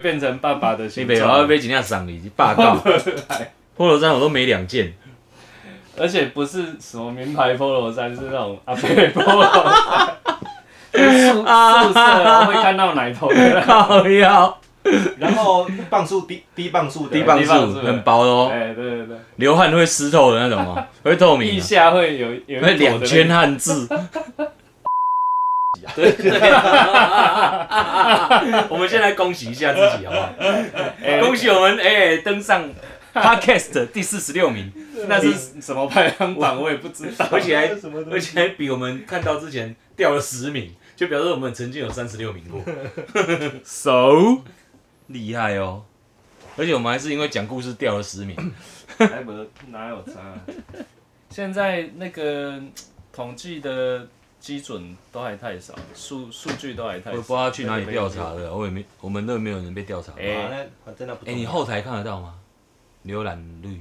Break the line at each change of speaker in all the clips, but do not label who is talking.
变成爸爸的
你
形
北
状
华被尽量赏你，霸道。菠萝衫我都没两 件，
而且不是什么名牌 polo 衫，是那种阿贝 polo 衫。宿宿舍啊会看到奶头的，
靠腰，
然后磅数低低磅数的，
低磅
低磅
数
数
很薄的 哦，
哎，对对对，
流汗会湿透的那种 哦，会透明
腋
的，
下会有有一
会
坨
两
的
圈啊汗渍。 我们先来恭喜一下自己好不好？
哎
恭喜我们哎登 上 Podcast 第四十六名，
那是什么排行榜我也不 知道。
而且还
什么东
而
西？
且还比我们看到之前掉了十名，就表示我们曾经有三十六名 过。so 厉害哦！而且我们还是因为讲故事掉了十名。
哎
还没哪有差、
啊现在那个统计的基准都还太少，数数据都还
我
太
也
少。
不知道他去哪里调查的，我也没，我们那没有人被调查。哎、
哎
啊，那真的不懂。
你后台看得到吗？浏览率、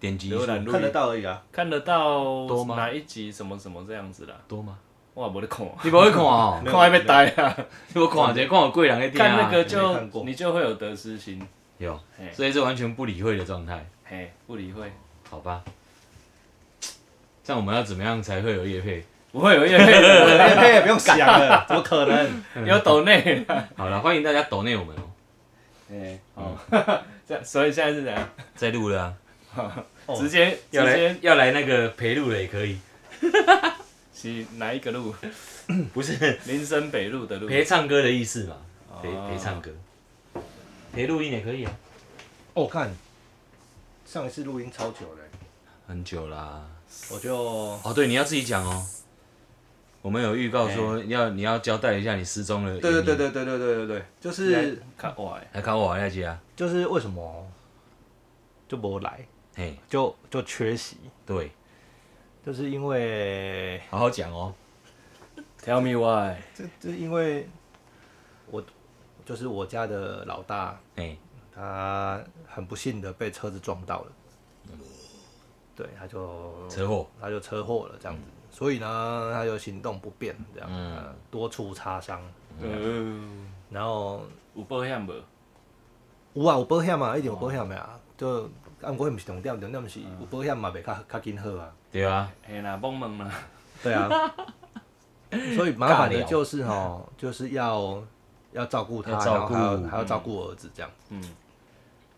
点击数
浏览率
看得到而已啊，
看得到
多吗
哪一集什么什么这样子啦？
多吗？
哇，我的孔 啊，
你不会看哦、
没有
孔还没呆啊！
你不看，直哦接看我贵人的店
看
啊。
那个哎
没
就
看过
你就会有得失心，
有，
嘿，
所以是完全不理会的状态，
嘿，不理会，
好吧？这样我们要怎么样才会有业配？
不会有业配 的，
对，不用想了，怎么可能？
有抖内，
好了，欢迎大家抖内我们哦、
哎，好，这样所以现在是怎样？
在录了、啊，
哦
直接直
要来
接
要来那个陪录的也可以，
是哪一个路？
不 是
林森北路的路，
陪唱歌的意思嘛？陪
哦
陪唱歌，陪录音也可以啊，
哦，看上一次录音超久了，欸
很久啦、
我就
哦，对，你要自己讲哦。我们有预告说要你要交代一下你失踪了。
对对对，对对对对对对，就是
看哇，哎
来考我那集啊。
就是为什么就没来，
嘿，
就就缺席，
对，
就是因为
好好讲哦。
Tell me why，
这这因为我就是我家的老大，
嘿，
他很不幸的被车子撞到了，对，他就
车祸。
他就车祸了这样子，所以呢，他就行动不便这样，
嗯
呃多处擦伤，
嗯，
然后
有保险无？
有啊，有保险嘛，一定有保险的啊，就按过毋是重点，重点是有保险嘛，袂较较紧好啊，
对啊，
嘿啦，帮忙啦，
对啊， 所以麻烦
尬
的
聊
就是哦，就是要要照顾他，
要
然
照
后
顾嗯
还要还要照顾儿子这样，
嗯，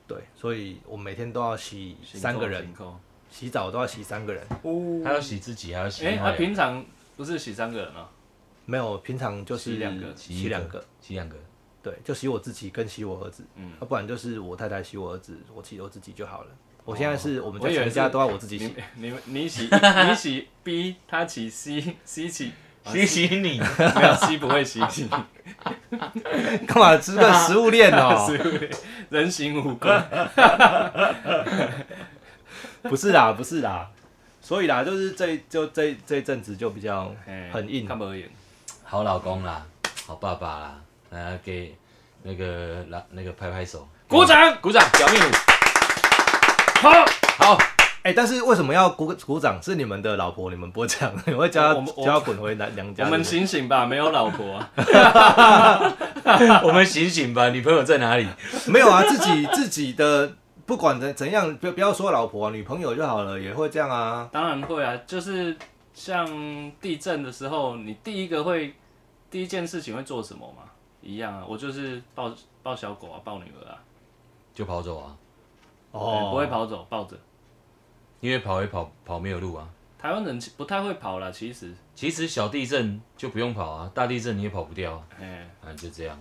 对，所以我每天都要洗三个人
辛，苦。
洗澡都要洗三个人，
哦
他要洗自己，还要洗
哎，
另
他
外两
平常不是洗三个人哦，
没有平常就是
洗两个
洗
洗
一
两个，
洗两个。
对，就洗我自己跟洗我儿子，啊
嗯
要、不然就是我太太洗我儿子，我洗我自己就好了。我现在是我们家
哦我以为
全家
是
都要我自己洗
你，你你洗你洗 B，他洗 C，C 洗啊
洗洗你，
没有 C 不会洗 洗，
干嘛吃个食物链 哦？
人形蜈蚣，
不是啦，不是啦，所以啦，就是这就这这一阵子就比较
嘿
很硬啊
看，不眼，
好老公啦，好爸爸啦，来给那个来那个拍拍手，
鼓掌
鼓掌，表面舞。
好，
好，
哎、但是为什么要鼓鼓掌？是你们的老婆，你们不会 讲，你们会叫
我
她
们我
叫她滚回娘娘
我
家。
们醒醒吧，没有老婆啊，
啊
我们醒醒吧，女朋友在哪里？
没有啊，自己自己的不管怎怎样，不要不要说老婆、啊，女朋友就好了，也会这样啊。
当然会啊，就是像地震的时候，你第一个会第一件事情会做什么嘛？一样啊，我就是抱抱小狗啊，抱女儿啊，
就跑走啊，
哦，
哎不会，跑走，抱着。
因为跑一跑跑没有路啊。
台湾人其不太会跑啦，其实，
其实小地震就不用跑啊，大地震你也跑不掉啊，
哎，
啊就这样。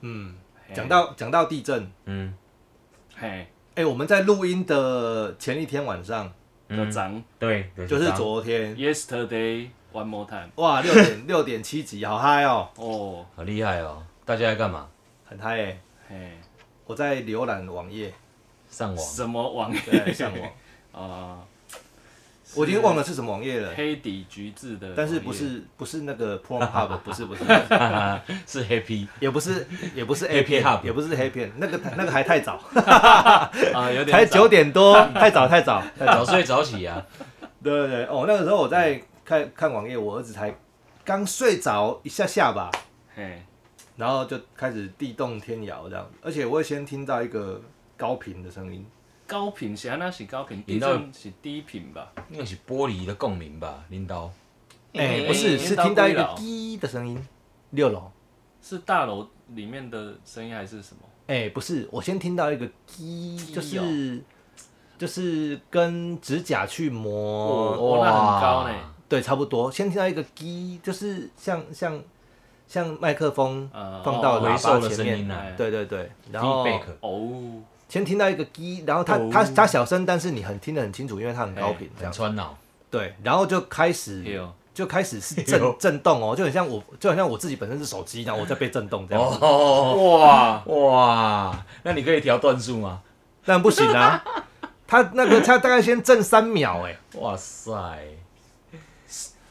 嗯，
嘿
讲到讲到地震，
嗯，
嘿，
哎、我们在录音的前一天晚上，
的涨
对，
就是昨天，
，yesterday one more time，
哇，六点六点七级，好嗨哦，
哦，
好厉害哦！大家在干嘛？
很嗨哎、
嘿，
我在浏览网页，
上 网
什么网
对，上 网，
啊？
我已经忘了是什么网页了，
黑底橘子的网页，
但是不 是不是那个 Pornhub，不是不是，
是 happy，
也不是也不是
A
A
片
片
Hub
也不是黑片，那个那个还太早，
啊？有点
才
早
九点 多，太早太早。
早睡早起啊。
对对对，哦，那个时候我在看看网页，我儿子才刚睡着一下下吧，
嘿，
然后就开始地动天摇这样。而且我会先听到一个高频的声音，
高频，显然那是高频，地
引到
震是低频吧？
应该是玻璃的共鸣吧，领导。
哎、
欸
不
欸
是，是听到一
领
个
导
滴的声音，六楼。
是大楼里面的声音还是什么？
哎、不是，我先听到一个滴，
滴哦
就是就是跟指甲去磨，
哦，那很高呢。
对，差不多。先听到一个滴，就是像像像麦克风
呃
放到
回
哦喇
收
叭
哦的声
前
音
面，
啊
对对对，然后
Feedback
哦，
先听到一个滴，然后它它它小声，但是你很听得很清楚，因为它很高频这
很
样。
穿脑，
对，然后就开始
也有
就开始是震震动哦，就很像我就很像我自己本身是手机，然后我在被震动这样子。
哦
哇，
哇，那你可以调段数吗？
但不行 啊，它那个它大概先震三秒哎、
哇塞，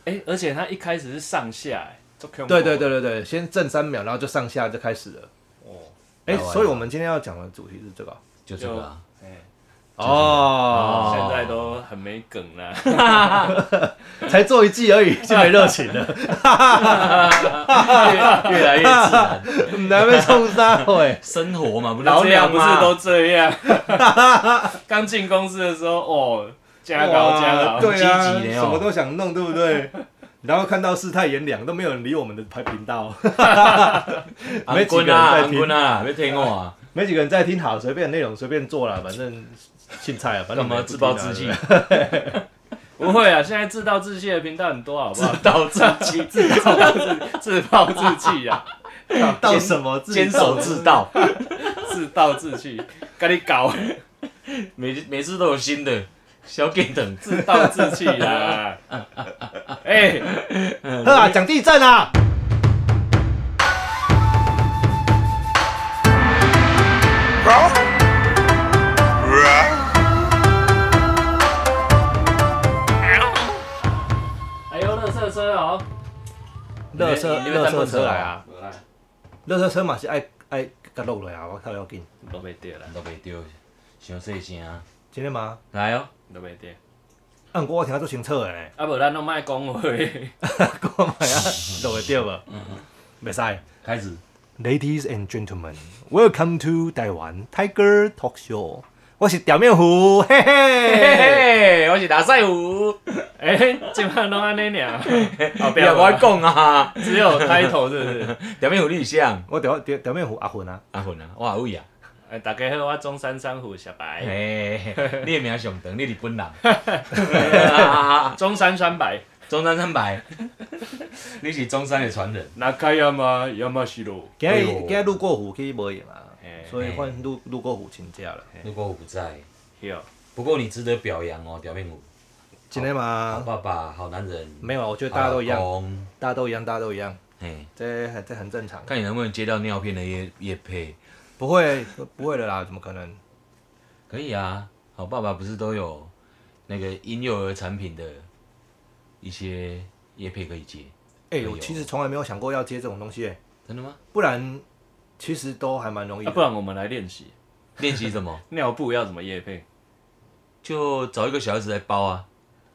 哎，而且它一开始是上下，哎，做恐怖
对对，对对对，先震三秒，然后就上下就开始了。
哦，
哎、
来来
所以我们今天要讲的主题是这个
就这
就
个啊，
哎，
哦，
现在都很没梗 了。
才做一季而 已，就没热情了，
越来越自然。
难被冲杀哎。
生活嘛，不是
老
这
鸟
样
不是都这 样？刚进公司的时候，哦，加搞加
哇
搞，
对啊，
很积极的哦
什么都想弄，对不对？然后看到世态炎凉，都没有人理我们的拍频道，
啊
没几个
滚
人
啊，
在
啊滚
听，
啊，别听我啊，
没几个人在听，好，随便内容随便做啦，反正青菜啊，反正
干
我们
嘛
也不
自暴
听啊
自弃？
不会啊，现在自暴自弃的频道很多，好不好？
导自弃，
自暴自自暴自弃 啊，
到什么自己
坚守自盗，
自暴自弃，跟你搞
每每次都有新的小 g 等，
自暴自弃 啦！哎，
呵啊，讲地震啊！
哎呦，乐色车哦，
乐色
你们
乐
在
色
问什
车
么
来啊！乐色车嘛是爱爱甲落落啊，我靠要紧。
都没掉了，
都袂丢，小细声，啊
真的吗？
来哦，
都没掉。
啊，毋过我听足清楚的 呢，
啊，不然都卖讲话，
我嘛 呀，啊录会着
嗯
无？袂使。
开始，
Ladies and gentlemen, welcome to 台湾 Tiger Talk Show。我是表面虎，嘿
嘿
嘿。
嘿，我是大帅虎，
哎，今晚都安尼 尔，后
不要我
讲，
讲啊，
只有 title 是不是？
表啊面有立像，
我表表表面虎阿混啊，
阿混啊，我阿伟啊，
哎，大家好，我中山三虎小
哎
白，
嘿嘿嘿 你的名上长，你日本 人，
中山三白。
中山三白， 你是中山的传人，
那开亚吗？亚马西罗，
今
哎
日
呦哎
今日路过虎去无用啊，
嘿
所以换路路过虎请假了。
如果我不在。
有
不过你值得表扬哦，表面虎，
真的
好哦
吗？
爸爸，好男人，
没有啊，我觉得大家都一样
好，老公。
大家都一样，大家都一样，
嘿，
这很这很正常。
看你能不能接到尿片的叶叶配，
不会不会的啦，怎么可能？
可以啊。好爸爸不是都有那个婴幼儿产品的一些叶配可以接，哎
哎、
呦
我其实从来没有想过要接这种东西、欸，
真的吗？
不然其实都还蛮容易
啊，
的。
不然我们来练习
练习什么？
尿布要怎么夜配
就找一个小孩子来包啊，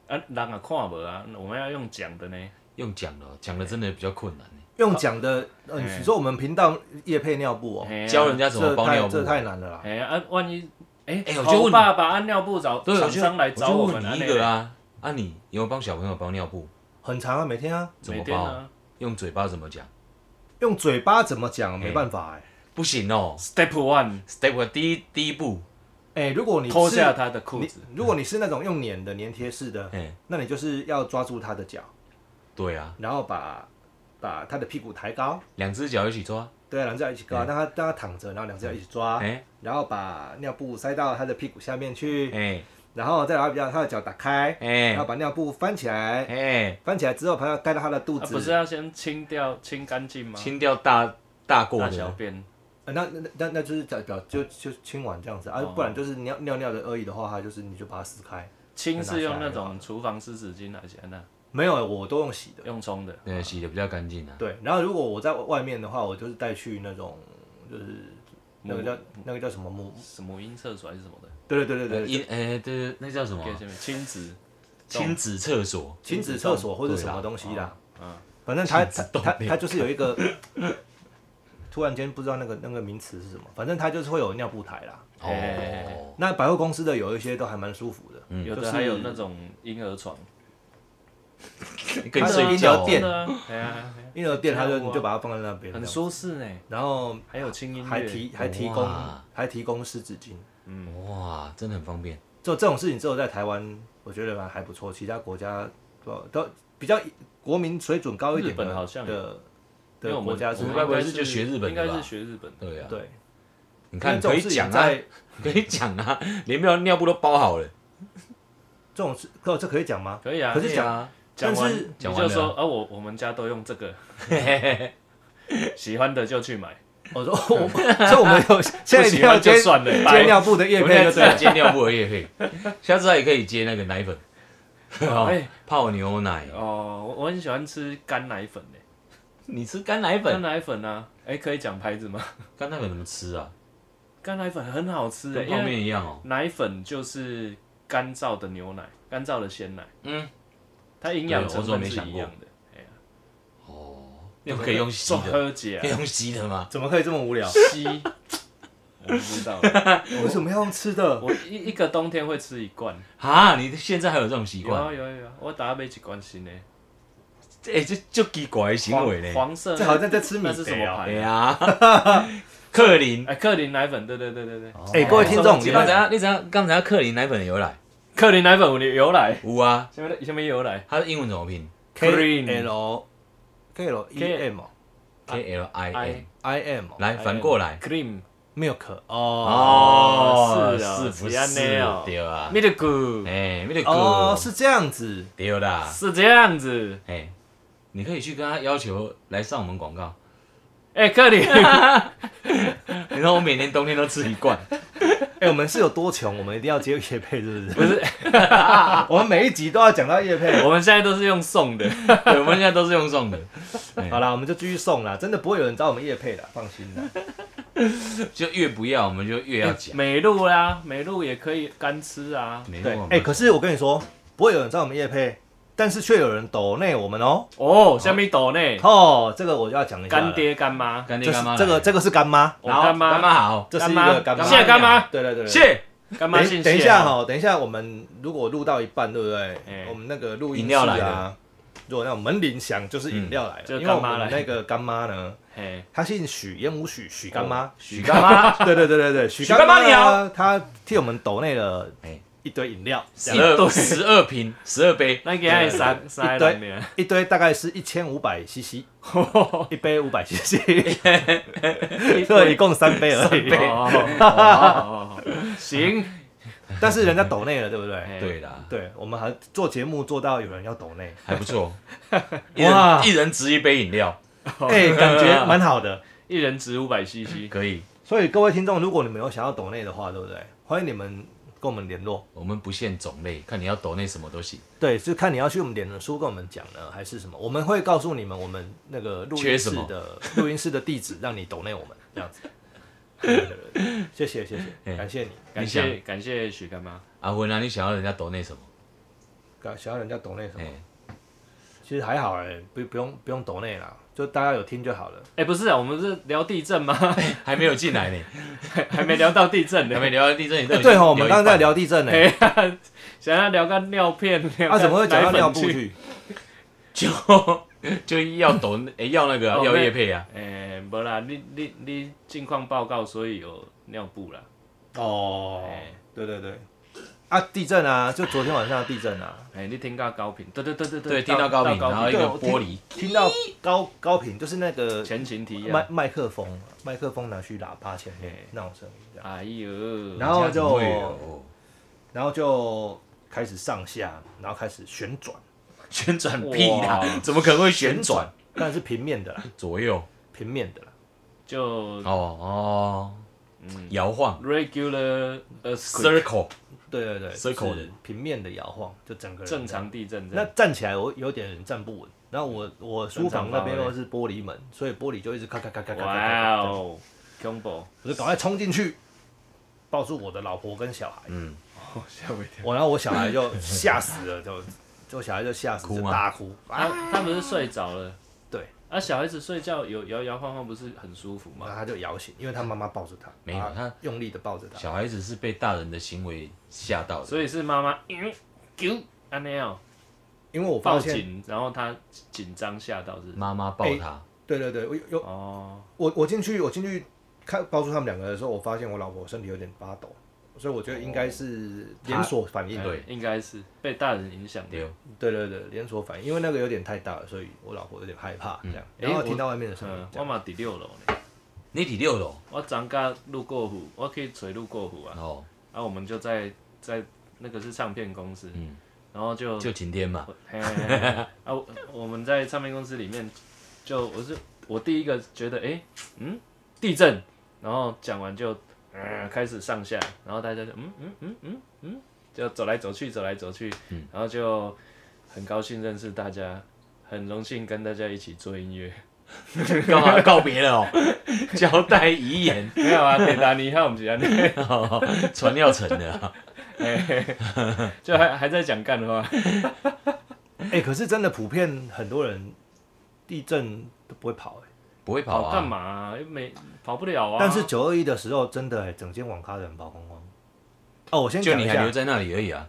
啊？人也看无啊，我们要用讲的呢。
用讲的哦，讲的真的比较困难欸，
用讲的，呃，
哎
你说我们频道夜配尿布哦、
嘿啊
教哎人。家怎么
这
包尿
太
布
这
啊。
太难了啦。
哎啊，万一哎
哎，我就
好
问
爸爸按尿布找
对，我
厂
就
商来
我
找
就
们啊
问你一个
呢，
啊，啊你有没有帮小朋友包尿布？
很长啊，每天啊，
怎
每
么
天
包？
啊
用嘴巴怎么讲？
用嘴巴怎么讲没办法哎、
不行哦
，Step One，
，step one，第一第一步，
哎、如果你
脱
是
下他的裤
你
子，
如果你是那种用粘的粘贴式的，
哎，
那你就是要抓住他的脚，
对啊，
然后把把他的屁股抬高，
两只脚一起抓，
对啊，两只脚一起高，
哎
让他让他躺着，然后两只脚一起抓，
哎
然后把尿布塞到他的屁股下面去，
哎
然后再把他的脚打开，然后
哎
把尿布翻起来，
哎，
翻起来之后，把它盖到他的肚
啊
子。
不是要先清掉清干净吗？
清掉大大过
大小
的，
便
呃那那那那就是代表就就清完这样子啊，
哦
不然就是尿尿尿的而已的话，它就是你就把它撕开。
清是用那
拿下来
种厨房湿纸巾来洗，那
没有，我都用洗的。
用冲的。
对，洗的比较干净啊。
对，然后如果我在外面的话，我就是带去那种就是那个叫那个叫什么母，
什么音厕所还是什么的？
对对对对
呃
对，
因哎对，那叫什么
给？下面亲子，
亲子厕所，
亲子厕所或者什么东西
对
啦嗯
啊，
反正它
亲
它
子动
它
力
它就是有一个突然间不知道那个那个名词是什么，反正它就是会有尿布台啦。
哦，
那百货公司的有一些都还蛮舒服的，
嗯
有
就
的
是
还有那种婴儿床，
你可以
它
睡觉
是一条
哦。
电
真的啊，哎呀，
婴儿店它就
这样
你
哇
就把它放在那边，
很
这样
舒适呢，
然后
还有轻音乐，
还提还提供
哇
还提供湿纸巾，
哇，真的很方便。
就这种事情只有在台湾，我觉得蛮还不错，其他国家都都比较国民水准高一点的
日本好像有
的
因为
的
我
国
们
家
我
是
们该不会是
应该
就学日本
应
的吧
该是学日本的，
对啊，
对，
你
因
看
为这
可
种
以
事情
讲啊，
在
可以讲啊，连尿尿布都包好了。
这种事，这这可以讲吗？
可以啊，
可是讲
啊，
讲完
但是
你
讲完
就
了
说啊，我我们家都用这 个，喜欢的就去买，
我说 我，所以我们有现
不
在一
喜
定要
欢就
接
算了，
接
拜
尿布的
我
叶
们
片就
现
对
在
了。
只有接尿布而已可以， 下次还可以接那个奶粉，
哎
泡牛奶。
哦，我我很喜欢吃干奶粉呢，
你吃干奶
干
粉，
奶粉啊，哎，可以讲牌子吗？
干奶粉怎么吃啊？
干奶粉很好吃的，
跟
因
泡
为
面一样哦。
奶粉就是干燥的牛奶，干燥的鲜奶，
嗯，
它营养
对
成
我
分
怎么没
是
想
一
过
样的，
哦，那可以用吸
重
的，
喝解啊
可以，用吸的 吗？
怎么可以这么无 聊？
吸，我不知道， 我
为什么要用吃的？
我一一个冬天会吃一罐，
啊，你现在还有这种习
有啊
惯？
有啊有啊，我打杯几罐新的，
哎，这就奇怪的行为呢。
黄黄色那
这好像在吃米
那是什么
杯哦
牌
哎
啊？
呀， 克林。
哎，克林奶粉，对对对对
哦
对，
哎各位听众
你刚才你怎刚才克林奶粉的由来？
克林奶粉我的由来，
有啊，
下面的下面由来
它的英文怎么拼
Cream
K L 哎 K L E M
？K L I N。
I M
来，哎反过来。
cream
milk 哦
哦，
是啊
不
是安
是
内哦？
对啊，
milk
哎，那个
哦是这样子，
对啦，
是这样子，
哎，你可以去跟他要求来上我们广告。
哎，克林，
你知道我每年冬天都吃一罐，
哎我们是有多穷，我们一定要接叶配是不是？
不是，
我们每一集都要讲到叶配。
我们现在都是用送的，
对我们现在都是用送的。哎
好啦，我们就继续送啦，真的不会有人找我们叶配的，放心啦。
就越不要，我们就越要讲。
美露啦，美露也可以干吃啊，
没
对
有，
哎可是我跟你说，不会有人找我们叶配，但是却有人抖内我们哦。
哦，下面抖呢，
哦，这个我就要讲一下了
干，爹干妈，
干爹
这
干妈
是
来，
这个这个是干妈，
我
然后
干妈
干妈好，
这是
干
一
妈
个干妈。
谢干妈，
对对对，对。
谢
干妈姓
哎等
谢。
等一下哈，等一下，我们如果录到一半，对不对？
啊哎
我们那个录音
饮
室
料来
啊
的，
如果那种门铃响，就是饮料来
嗯
了。
就
因为我
干妈
们
来
那个干妈呢，
嘿，
她姓许，烟无许，许干妈。
许 干妈
对对对对对，许
许干妈
呢
你好
她替我们抖内了
哎
一堆饮料，这
十
样
二十二瓶十二杯，
那给他三三个人呢？
一堆大概是一千五百 CC，一杯五百 CC，所以一
对，
共三杯而已。
哦，行，
但是人家抖内了，对不对？
对，
对啦，
对，我们还做节目做到有人要抖内，
还不 错。一
哇
人一人值一杯饮料，
哎，感觉蛮好的。
一人值五百 CC，
可以。
所以各位听众，如果你们有想要抖内的话，对不对？欢迎你们跟我们联络。
我们不限种类，看你要抖那什么都行。
对，就看你要去我们脸书跟我们讲呢，还是什么？我们会告诉你们我们那个录音
缺什
室
么
的录音室的地址，让你抖内我们这样子。对对 对对谢谢谢谢，
哎
感谢你，
感谢感谢许干妈，
阿文啊，你想要人家抖那什么？
感想要人家抖内什么？
哎，
其实还好哎、不不用不用抖内啦，就大家有听就好了。
哎，不是啊，我们是聊地震吗？
还没有进来 呢，
还没聊到地震
还
呢，
没聊到地震。你都已经
哎对吼，我们
哎一哎
刚刚在
半了
聊地震呢、
哎呀，想要聊个尿片，
啊，怎么会讲到尿
聊
布？去？
就 就要抖那，哎要那个啊
哦
要
那
叶配啊，
哎，不啦，你你你近况报告，所以有尿布啦。
哦
哎，
对对对，啊，地震啊，就昨天晚上的地震啊。
哎，你听到高频，对对对对
对，听到高频，然后一
频
个
对我听
玻璃，
听到高高频就是那个
前情提
麦
要，
麦克风，麦克风拿去喇叭前面
嘿
那种声音，这样
哎呦，
然后
这样怎么哎会
就
有
然后就开始上下，然后开始旋转，
旋转屁啦
哇，
怎么可能会旋转？
当然是平 面的啦，
左右
平面的啦，
就
哦哦，摇晃
regular earthquake
circle
对对对
Circle
就是
的
平面的摇晃，就整个人
正常地震
这
这
样。
样
那。站起来我有点站不稳，然后我我书房那
正
边
常发挥
又是玻璃门，所以玻璃就一直咔咔咔咔咔咔咔
哇
咔，
哦，combo，
我就赶快冲进去，抱住我的老婆跟小孩，
嗯
吓我一跳。
我然后我小孩就吓死了，就就小孩就吓死，
哭
就
吗
啊
大哭，啊
他他不是睡着了，
对，
啊，小孩子睡觉有摇摇晃晃，不是很舒服
然
吗？
后他就摇醒，因为他妈妈抱着他，
没有
把
他
用力的抱着他，
小孩子是被大人的行为吓到的，
所以是妈妈，嗯，啾，安那样
因为我发
报
现，嗯
警，然后他紧张吓到是
妈妈抱他，
对对对，我有有
哦，
我我进去我进去看抱住他们两个的时候，我发现我老婆身体有点发抖，所以我觉得应该是连锁反应，
哦哎对
应该是被大人影响的。
对，
对对对，连锁反应，因为那个有点太大了，所以我老婆有点害怕
嗯
这样，然后
诶
听到外面的声音
嗯，
这
我
样，
嘛第六楼呢，
你第六楼
我长假路过湖，我可以垂路过湖啊，
哦，
然后我们就在在那个是唱片公司，
嗯
然后就
就晴 天嘛，
嘿嘿嘿嘿啊，我 我们在唱片公司里面，就我是我第一个觉得，哎、嗯，地震，然后讲完就、呃、开始上下，然后大家就嗯嗯嗯嗯嗯，就走来走去，走来走去，然后就很高兴认识大家，很荣幸跟大家一起做音乐。
干嘛告别了哦？ 交代遗言，
没有啊，铁达尼号我们 几个，
传要成的啊，
就还还在讲干话，
哎、可是真的普遍很多人地震都不会跑、欸
不会跑
跑干
啊，
嘛、啊？又没跑不了啊。
但是九二一的时候，真的、欸、整间网咖的人跑光光。哦，我先
就
讲
你
一
还留
下
在那里而已啊，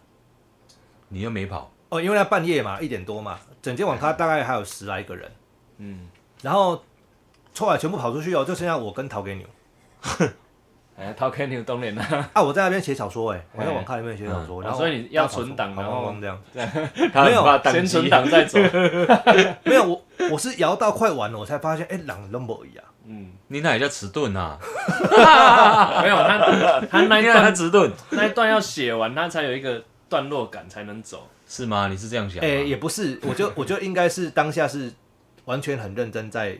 你又没跑，
哦，因为那半夜嘛，一点多嘛，整间网咖大概还有十来个人，
嗯，
然后后来全部跑出去哦，就剩下我跟陶 给牛
哎，掏开你的东脸啊，
啊，我在那边写小说哎、欸我在网咖里面写小说，
嗯
然
哦
后
所以你要
大家跑
存档
跑
然后
光光这样，
他
没有
很怕宕
先存
机，
档再走。
没有我我是摇到快完了，我才发现哎，狼都没一样，
嗯，
你那也叫迟钝 啊，
没有他，他那
哎
你
一
那他
段
迟钝
那一段要写完，他才有一个段落感，才能走。
是吗？你是这样想啊
哎、
吗？
也不是，我就我就应该是当下是完全很认真在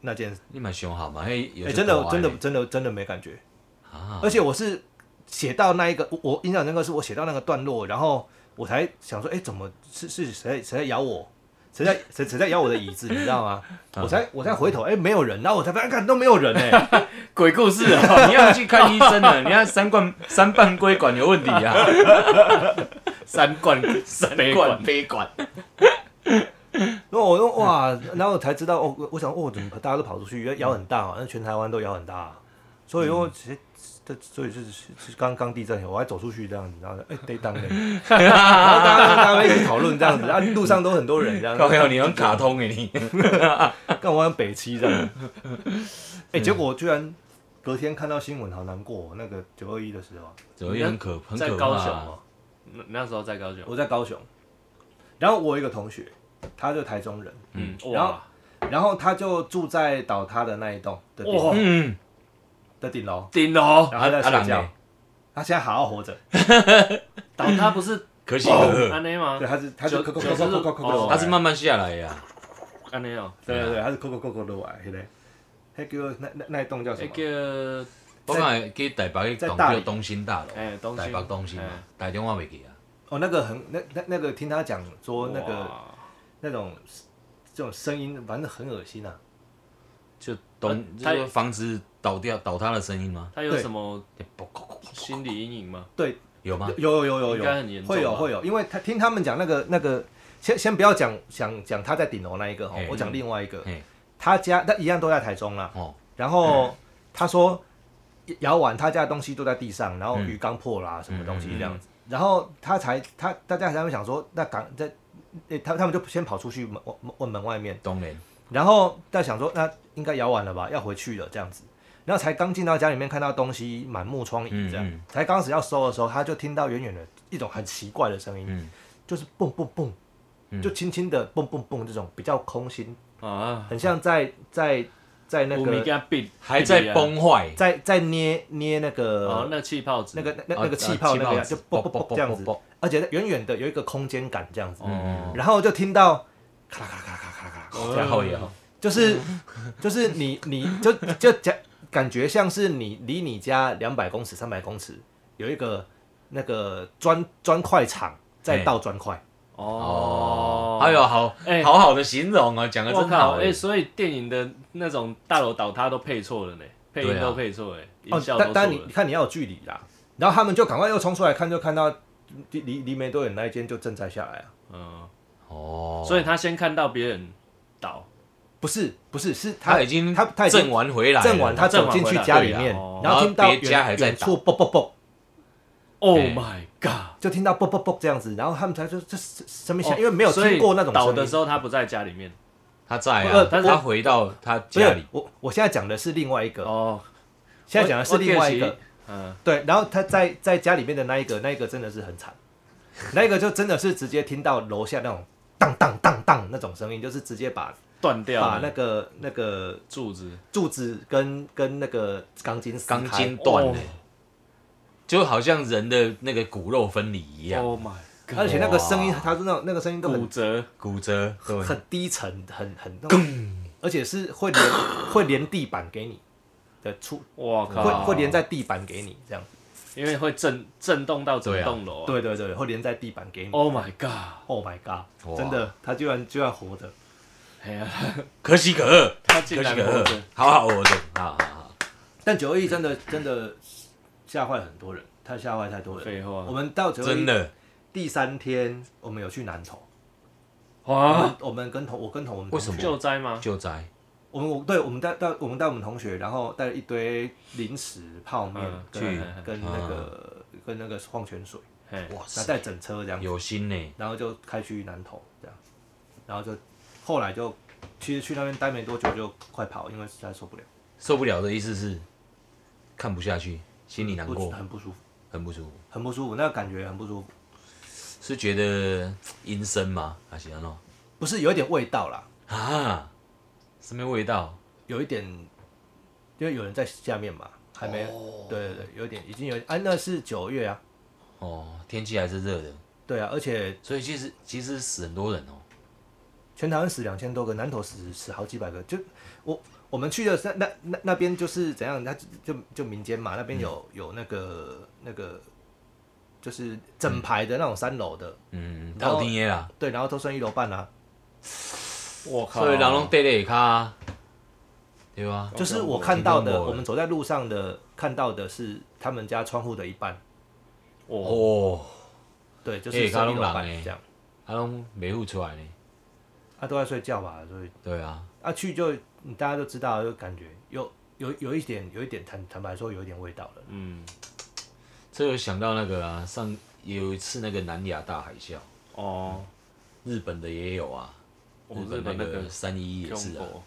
那件事，
你蛮凶好吗？嘿，
哎、
有些
真的
狗啊
真的
你
真的真的没感觉。
啊，
而且我是写到那一个，我我印象那个是我写到那个段落，然后我才想说，哎、怎么是是谁在谁在咬我？谁在谁谁在咬我的椅子，你知道吗？我才我才回头，哎、没有人，然后我才发现，看都没有人哎、
鬼故事啊！你 要去看医生啊 了，你看三冠三半规管有问题啊，
三冠三杯冠，
悲管，
然后我说哇，然后我才知道，哦，我我想哦，怎么大家都跑出去，因为摇很大嘛，那全台湾都摇很大、啊所以说其实这所以就是是是刚刚地震，我还走出去这样子，然后哎，得当的，然后大家大家一起讨论这样子，啊，路上都很多人这样子
靠，靠，你很卡通哎 你，
干我像北七 这样。
嗯
哎、结果居然隔天看到新闻，好难过、哦。那个九二一的时候，
怎么也很可很
在
可怕
高雄
啊
哦。那那时候在高雄，
我在高雄，然后我有一个同学，他就台中人，
嗯，
然后
哇，
然后他就住在倒塌的那一栋的顶
哇哦
楼
嗯，
的顶楼，
顶楼
然后他在
啊
睡
人
觉
呢。
他现在好好活着，
倒塌不是
可喜
哦
可
安
贺，
内吗
对，？他是他是
九
扣扣
九
扣
十
扣
度
扣扣
哦
他
扣，
是慢慢下来啊
哎
呀，
安内哦，
对对对，他是扣扣扣扣的瓦，现在，那个那那那一栋叫什
那
么？
个
我刚才去台北去
在
讲
大理
叫东兴大楼，
哎，东
台
西
北东兴嘛，台中我未记啊，
哦，那个很那那那个听他讲说那个
哇
那种这种声音，反正很恶心啊。
就
东
他
就是房子倒掉倒塌的声音吗？
他有
对
什么
砰砰砰
心理阴影吗？
对，
有吗？
有有有有
应
有
该很严重吧
会有会有，因为他听他们讲那个那个，先先不要讲想讲他在顶楼那一个哦
嘿，
我讲另外一个
嘿，
他家他一样都在台中啦，
哦，
然后他说摇完他家的东西都在地上，然后
嗯
鱼缸破啦、什么东西这样子，然后他才他大家才会想说，那赶在。诶他他们就先跑出去门问问门外面，
东联
然后在想说，那应该摇完了吧，要回去了这样子。然后才刚进到家里面，看到东西满目疮痍，这样、
嗯嗯
才刚开始要收的时候，他就听到远远的一种很奇怪的声音，
嗯
就是蹦蹦蹦，就轻轻的蹦蹦蹦这种比较空心，
啊，
很像在在在那
我没给
个啊
他闭，
还在
啊
崩坏，
在在捏捏那个、
哦，那气泡纸
那个那那
哦
那个气泡那个
气
样
泡
就蹦蹦蹦这样子
啵啵啵啵，
而且远远的有一个空间感这样子，
嗯，
然后就听到咔啦咔啦咔啦咔啦咔啦咔啦。
哦
在后摇，
就是就是你你就就讲感觉像是你离你家两百公尺三百公尺有一个那个砖砖块厂在倒砖块，
哦，
哎呦，好
哎
好好的形容啊，讲的
我
真
靠！
好
哎、
欸
哎，
所以电影的那种大楼倒塌都配错了呢，配音
对啊
都配错哎、音
哦
效，都错
但
了。
但你你看你要有距离啦，然后他们就赶快又冲出来看，就看到离离离没多远那一间就震灾下来啊，
嗯，
哦，
所以他先看到别人倒，
不是不是是
他
他
已经
他他已经
震完回来了，
震完他
震
走
完
进
回
去
来
家里
对啊
面
哦，
然
然后
后听到
别家还
远
在
远
打
处啵啵啵，
Oh
哎
my god！
就听到啵啵啵这样子，然后他们才说这是什么
哦
响，因为没有
所以
听过那种
倒
声
的
音
时。候，他不在家里面。
他在
不
啊
是，
他
但
是
他回到他
不
家
是
里，
我，我现在讲的是另外一个，
哦，
现在讲的是另外一
我
个，。
嗯，
对，然后他在在家里面的那一个，那一个真的是很惨，那一个就真的是直接听到楼下那种当当当当那种声音，就是直接把
断
啊
掉
把那
了
个那个
柱子。
柱子跟跟那个钢筋撕
钢
开
筋断了
哦，
就好像人的那个骨肉分离一样，
Oh my！god！
而且那个声音
哇，
他是那种那个声音都
骨
很
折。
骨折，对，
很低沉，很很那种，而且是会连会连地板给你的触，
我
会
靠！
会连在地板给你这样，
因为会震震动到整栋楼、啊。
对对对，会连在地板给你。
，Oh my god！
Oh my god！
哦哇
真的，他居然居然活着，
哎呀，
可喜可贺，
他竟
可
然
喜可
活
贺
着，，
好好活着，好好好。
但九二一真的真的吓坏很多人，他吓坏太多人。
废话
我们到九二
真
一
的，
第三天，我们有去南投，我
哇
们！我们跟同我跟同我们
啊为什么
同学
救灾吗？
救灾，
我们我对我们带带我们带我们同学，然后带了一堆零食、泡面
嗯
跟
去
跟那个跟那个矿泉水。
嘿，
哇
然后
塞，
带整车这样，
有心呢，
然后就开去南投这样，然后就后来就其实去那边待没多久就快跑，因为实在受不了，
受不了的意思是看不下去，心里难
不
过，
很不舒服，
很不舒服，
很不舒服，那个感觉很不舒服，
是觉得嘖阴森吗？还是怎样
不是有一点味道啦，
啊？什么味道？
有一点，因为有人在下面嘛，还没，对对对，有一点已经有，啊，那是九月啊，
哦，天气还是热的，
对啊，而且
所以其实其实死很多人哦。
全台湾死两千多个，南投死死好几百个，就我我们去的是那那那边就是怎样，那就就就民间嘛，那边有、
嗯
有那个那个就是整排的那种三楼的，
嗯，
然后
到天爷啦，
对，然后都算一楼半啊。
我靠！
所以人拢对咧卡，对吧？
就是我看到
嗯听
的，
过
我们走在路上的看到的是他们家窗户的一半，
哦，
哦，
对，就是
嘿
剩一楼
看
半
到人欸
这样。
啊拢没付出来呢，
啊，都在睡觉吧，所以
对啊，
啊去就你大家都知道，就感觉有有有一点有一点坦坦白说有一点味道了。
嗯，
这有想到那个啊，上有一次那个南亚大海啸，
哦，
日本的也有啊，
哦
日
日
本
本
那
那
个
个
三一一也是啊，
中国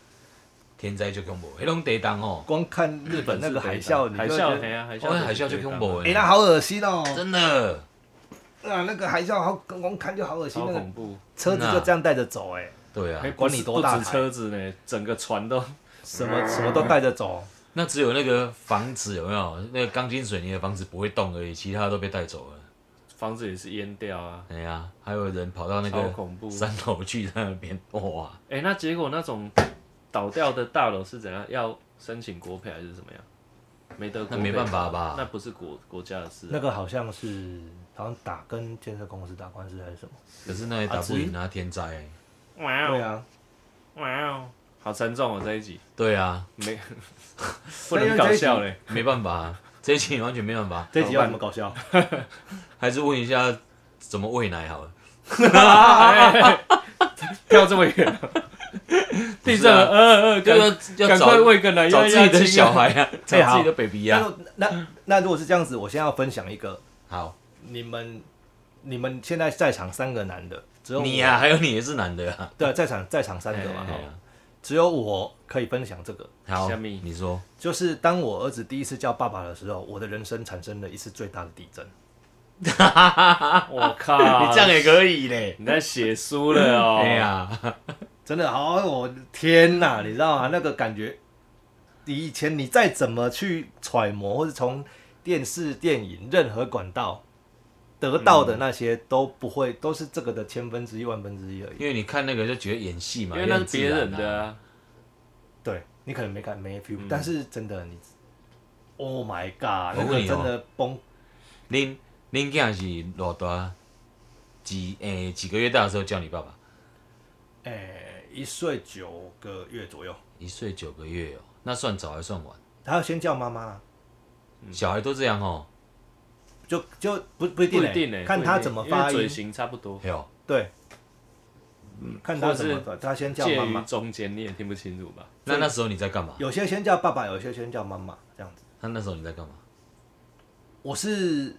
天灾就恐怖，黑龙地当哦，
光看日本那个海啸，你
海
就会觉
啸，
得
哎呀，海
哦
啸，
那海啸就恐怖
哎，
诶，
那好恶心哦！
真的，
啊，那个海啸好，光看就好恶心，
超
那个
恐怖，
车子就这样带着走，哎，
对啊
还，
管你多大
不止
台
车子呢，整个船都
什么什么都带着走。
那只有那个房子有没有？那个钢筋水泥的房子不会动而已，其他都被带走了。
房子也是淹掉啊。
哎呀、还有人跑到那
超
个
恐怖！
三楼去在那边，哇！
哎、那结果那种倒掉的大楼是怎样？要申请国赔还是怎么样？没得国赔，
那没办法吧
那不是国国家的事、
那
啊。
个好像是好像打跟建设公司打官司还是什么？
可是那也打不赢啊，天灾、欸。
哇
对
哦，
啊，
哇哦，好沉重哦这一集，
对啊，
没不能搞笑嘞。
没办法、啊这一期完全没办法，
这集要怎么搞笑？
还是问一下怎么喂奶好了。
跳这么远，地震
啊
了，呃呃，
就
赶
要要
赶
找
快喂个奶，
找
压
自
压
己的
惊
小
啊。
孩啊，
最
找
好
自己的 baby
那
啊。
如那那如果是这样子，我现在要分享一个，
好，
你们你们现在在场三个男的，只有我
你呀、啊，还有你也是男的啊。
对，在场在场三个嘛，
哎
哈
哎呀
只有我可以分享这个，
好，
下面
你说
就是当我儿子第一次叫爸爸的时候，我的人生产生了一次最大的地震。
我 靠！
也可以嘞。
你在写书了哦。
哎呀，
真的好，我天哪，你知道吗？那个感觉，你以前你再怎么去揣摩，或者从电视、电影任何管道得到
嗯
的那些，都不会，都是这个的千分之一、万分之一而已。
因为你看那个就觉得演戏嘛，
因为那是别人
也很自然
的
啊。
啊。
对你可能没看没
嗯
feel，、但是真的你，Oh my
我
god，那
问
个
你哦
真的崩，
恁恁囝是偌大？几诶、几个月大的时候叫你爸爸？
哎、一岁九个月左右，
一岁九个月哦，那算早还算晚？
他要先叫妈啊妈啦，嗯
小孩都这样哦。
就就不不一定,、
不
欸
一定呢，欸
看
不一
他
定
怎么
因为
发
嘴
哦
音，
型差不多。
哎呦，
对，嗯，看他怎么
或，
他先叫
介
妈
于
妈，
中间，你也听不清楚吧？
那那时候你在干嘛？
有些先叫爸爸，有些先叫妈妈，这样子。
那那时候你在干嘛？
我是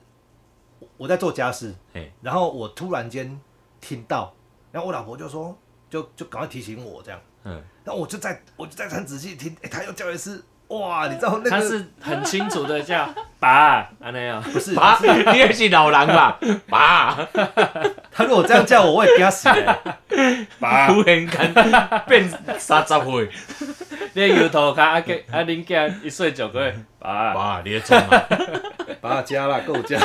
我在做家事，
嘿，
然后我突然间听到，然后我老婆就说，就就赶快提醒我这样，
嗯，
然后我就在我就在很仔细听，哎，他又叫一次，哇，你知道那
他
个
是很清楚的叫 爸，安哦那样。
不是？
爸，你也是老狼吧？ 爸，
他如果这样叫我，我也给他死了。
爸，突然间变三十岁，
你摇头卡啊，给啊，恁囝一岁九个月， 爸，
爸，你在 啊做嘛？
把加啦，够 加，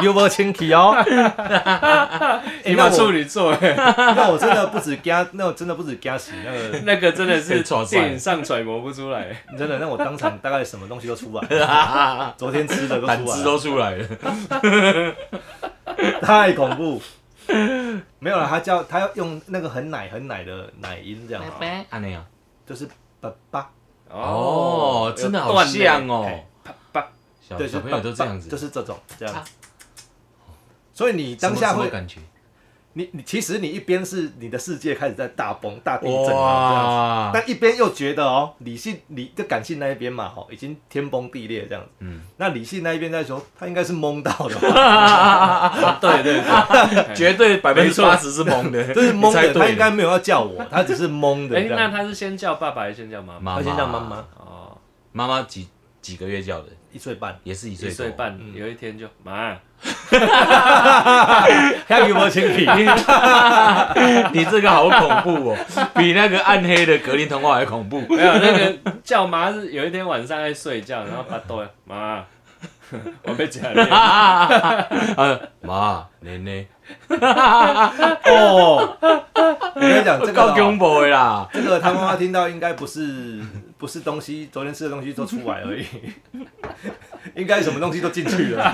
你有没有清气哦？
你
哎
嘛
那
处
我
女座欸，
那我真的不止加，那我真的不止加死那个。
那个真的是
错算
电影上揣摩不出来。
真的，那我当场大概什么东西都出来了， 昨天吃的都
胆
出来
汁
了，
都出来了。
太恐怖。没有了，他叫他要用那个很奶很奶的奶音这样，
安尼啊，
就是爸爸，
哦，真的好像哦，
爸，
小
对，
小朋
就是
友
爸
都这样子，
爸就是这种这样
啊。
所以你当
什
下
么什
会
么，感觉？
你你其实你一边是你的世界开始在大崩大地震啊这样子，
哇，
但一边又觉得哦，理性理就感性那一边嘛，哦，已经天崩地裂这样子。
嗯，
那理性那一边在说，他应该是懵到的吧，
对对啊对，
绝对百分
没
之
错
八十是懵的，
就是懵
你猜对
的，
了
他应该没有要叫我，他只是懵的
哎
这，样
那。他是先叫爸爸还是先叫妈妈？
妈
他
妈
先叫妈妈，
哦，
妈妈几几个月叫的，
一岁半，
也是一
一
岁多
岁，半，
嗯
有一天就妈，
他有没有亲皮？
你这个好恐怖 哦，比那个暗黑的格林童话还恐怖。
没有那个叫妈是有一天晚上在睡觉，然后把豆妈， 我被夹 了，
啊，妈，奶奶，
哦，我跟你讲，这个
够恐
哦
怖 的啦！
这个他妈妈听到应该不是不是东西，昨天吃的东西都出来而已， 应该什么东西都进 去了。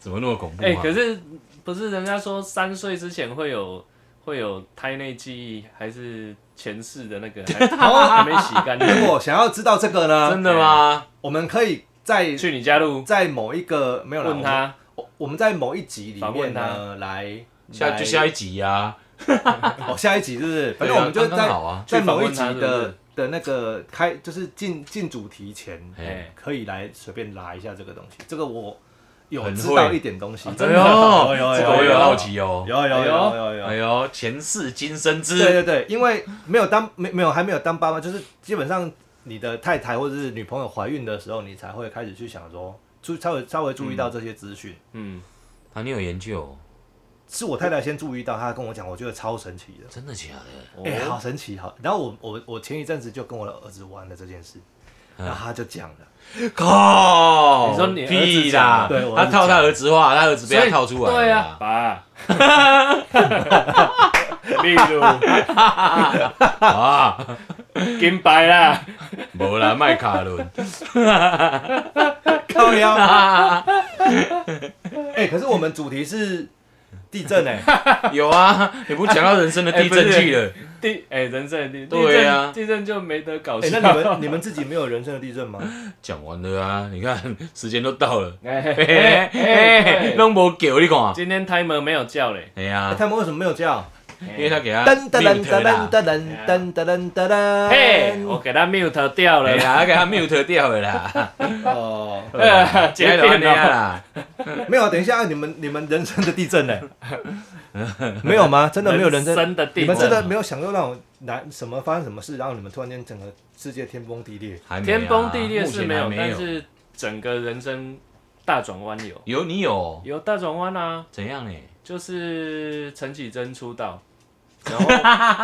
怎么那么恐怖
哎，
啊？
可是不是人家说三岁之前会有会有胎内记忆，还是前世的那 个还还没洗干净？
如果想要知道这个呢，
真的吗？
我们可以在
去你家录，
在某一个没有啦
问，他
我我们在某一集里
访
面
问他
呢来。
下
来
就下一集啊呀，
哦，下一集是不是？反
对
正
啊
我们就
刚
在
刚好啊
在
去
某
访
一
问
集
他是不
的
是
的那个开，就是进进主题前，
哎，
可以来随便拉一下这个东西。这个我有
很
知
会
道一点东西，
哎
真
呦，
的
有有有
这个我有
有
好奇哦。
有有有有有
哎
有。
呦，前世今生
对
之，
对对，因为没有当没没有还没有当爸妈，就是基本上你的太太或者是女朋友怀孕的时候，你才会开始去想说，注稍微稍微注意到这些资讯。
嗯，
啊，你有研究哦？
是我太太先注意到，她跟我讲，我觉得超神奇的。
真的假的？
哦
哎、好神奇，好。然后我我我前一阵子就跟我的儿子玩了这件事，
嗯
然后他就讲了，
靠！
你说你儿子
屁
讲
啦？
啊
对我儿
他
子
套他
讲
儿子话，他儿子被
所
他
以
套出来了
对啊
啦，
爸， 例如
啊，
金牌啦，
无啦，麦卡 伦，
靠腰。哎、可是我们主题是地震 哎、
有啊，你不讲到人生的地震剧了？
地哎人生的地，
对啊
地震地震就没得搞
哎、
笑。
那你们你们自己没有人生的地震吗？
讲完了啊，你看时间都到了，
哎哎
嘿
哎
嘿嘿
哎，对
拢无叫你看，
今天 timer 没有叫嘞，
哎
哎
呀，
他们为什么没有叫？
啊
因为他给他
噔噔
mute
噔噔
啦，
噔噔噔噔噔噔。
嘿，我给他 mute 掉
哎
了啦，
呀，他给他 mute 掉了啦，
哦，
呃截
这样
片
就这样
了，
啦，
没有，等一下，你们你们人生的地震呢、哎没有吗？真的没有人生？
生的
你
地
们真
震，啊
的没有想过让我难什么发生什么事，然后你们突然间整个世界天崩地裂？
还没啊
天崩地裂是没有，
目前还
但
没有
是整个人生大转弯有，
有你有
有大转弯啊。
怎样呢？
就是陈绮贞出道，然后、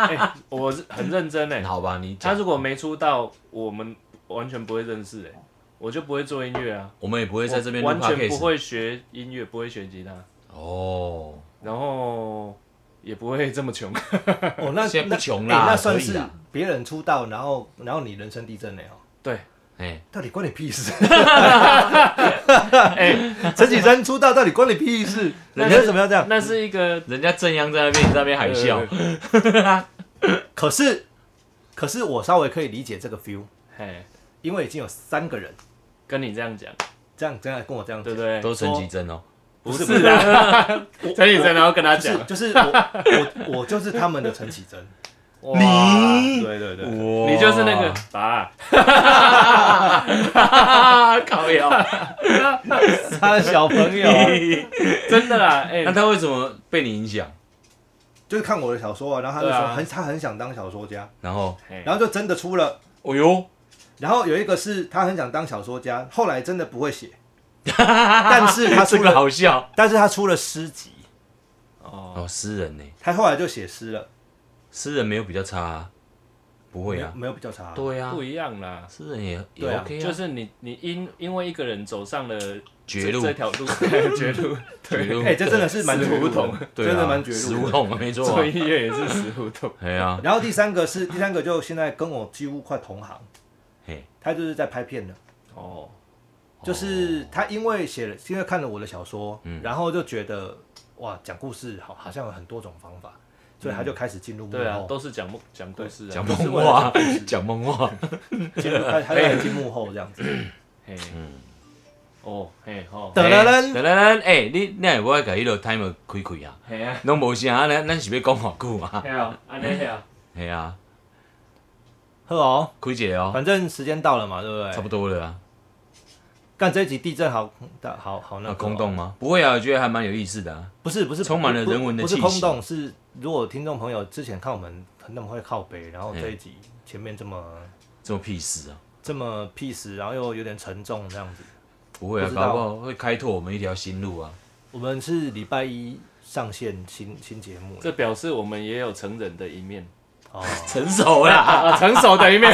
欸、我是很认真哎、
好吧，你
她
讲，
如果没出道，我们完全不会认识哎、我就不会做音乐啊，
我们也不会在这边
我
录
完全不
podcast
会学音乐，不会学吉他，
哦，
然后也不会这么穷。
哦，那
现在
那
不穷
哎
啦，
那算
可以
是
啦
别人出道，然后然后你人生地震呢、哦，
对，
哎，
到底关你屁事？
哎、
陈绮贞出道到底关你屁事？
那
人
是
家为什么要这样？
那是一个呃
人家正央在那边，你在那边海啸，
可是，可是我稍微可以理解这个 feel，
哎、
因为已经有三个人
跟你这样讲，
这样这样跟我这样
对
讲
不，对？
都陈绮贞哦，
不是啦，陈启贞然后跟他讲，
就是就是我 我我就是他们的陈绮贞，
哇
对对对，
哇
你就是那个啊爸， 靠腰，
他的小朋友 啊
真的啦，哎
那，他为什么被你影响？
就是看我的小说啊，然后他就
对
说
啊哎
很他很想当小说家，
然后，
嘿
然后就真的出了。
哦呦，
然后有一个是他很想当小说家，后来真的不会 写，但是他
这
出
个
了，
好笑
但是他出了诗集，
哦，
哦，诗人呢？
他后来就写诗了，
诗人没有比较差啊，不会
没有
啊，
没有比较差啊，
对啊
不，一样啦，
诗人也也
对啊
OK 啊，
就是你你因因为一个人走上了
绝
这
路
这，条路， 绝路，
绝 路，
哎，这真的是蛮绝路
死胡同
的，
对啊
真的蛮绝
死
路
胡
的。
同啊，没错
做
啊，
音乐也是死胡同，
哎呀，
然后第三个是第三个，就现在跟我几乎快同行
嘿，
他就是在拍片的，
哦，
就是他因为写了，因为看了我的小说，
嗯
然后就觉得哇，讲故事好好像有很多种方法，所以他就
嗯
开始进入幕
对啊，
后，
都是讲梦讲故事啊，
讲
不是
梦
为了
话，讲梦 话，
进入他他就开始进幕后这样 子。
嘿，哦，嘿，哦，
噔噔噔
哎噔噔噔，哎，你你也不爱甲迄落 timer 开开啊，
嘿啊，
拢无声，咱咱是要讲偌 久啊？
嘿啊，安尼嘿啊，
系啊，
呵哦，
开一个哦，
反正时间到了嘛，对不对？
差不多了啊。
干这一集地震好大好好那
那
个哦
空洞吗？不会啊，我觉得还蛮有意思的啊。
不是不是
充满了
不
人文的
不是
气
空
息
洞是如果听众朋友之前看我们那么会靠北，然后这一集前面这么
做屁事啊？
这么 peace，然后又有点沉重这样子。
不会啊
不，知道
搞不好会开拓我们一条新路啊。
我们是礼拜一上线新新节目
这表示我们也有成人的一面，
哦，
成熟啦，
啊，成熟的一 面，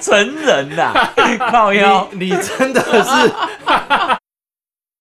成人啦，靠腰。
你真的是。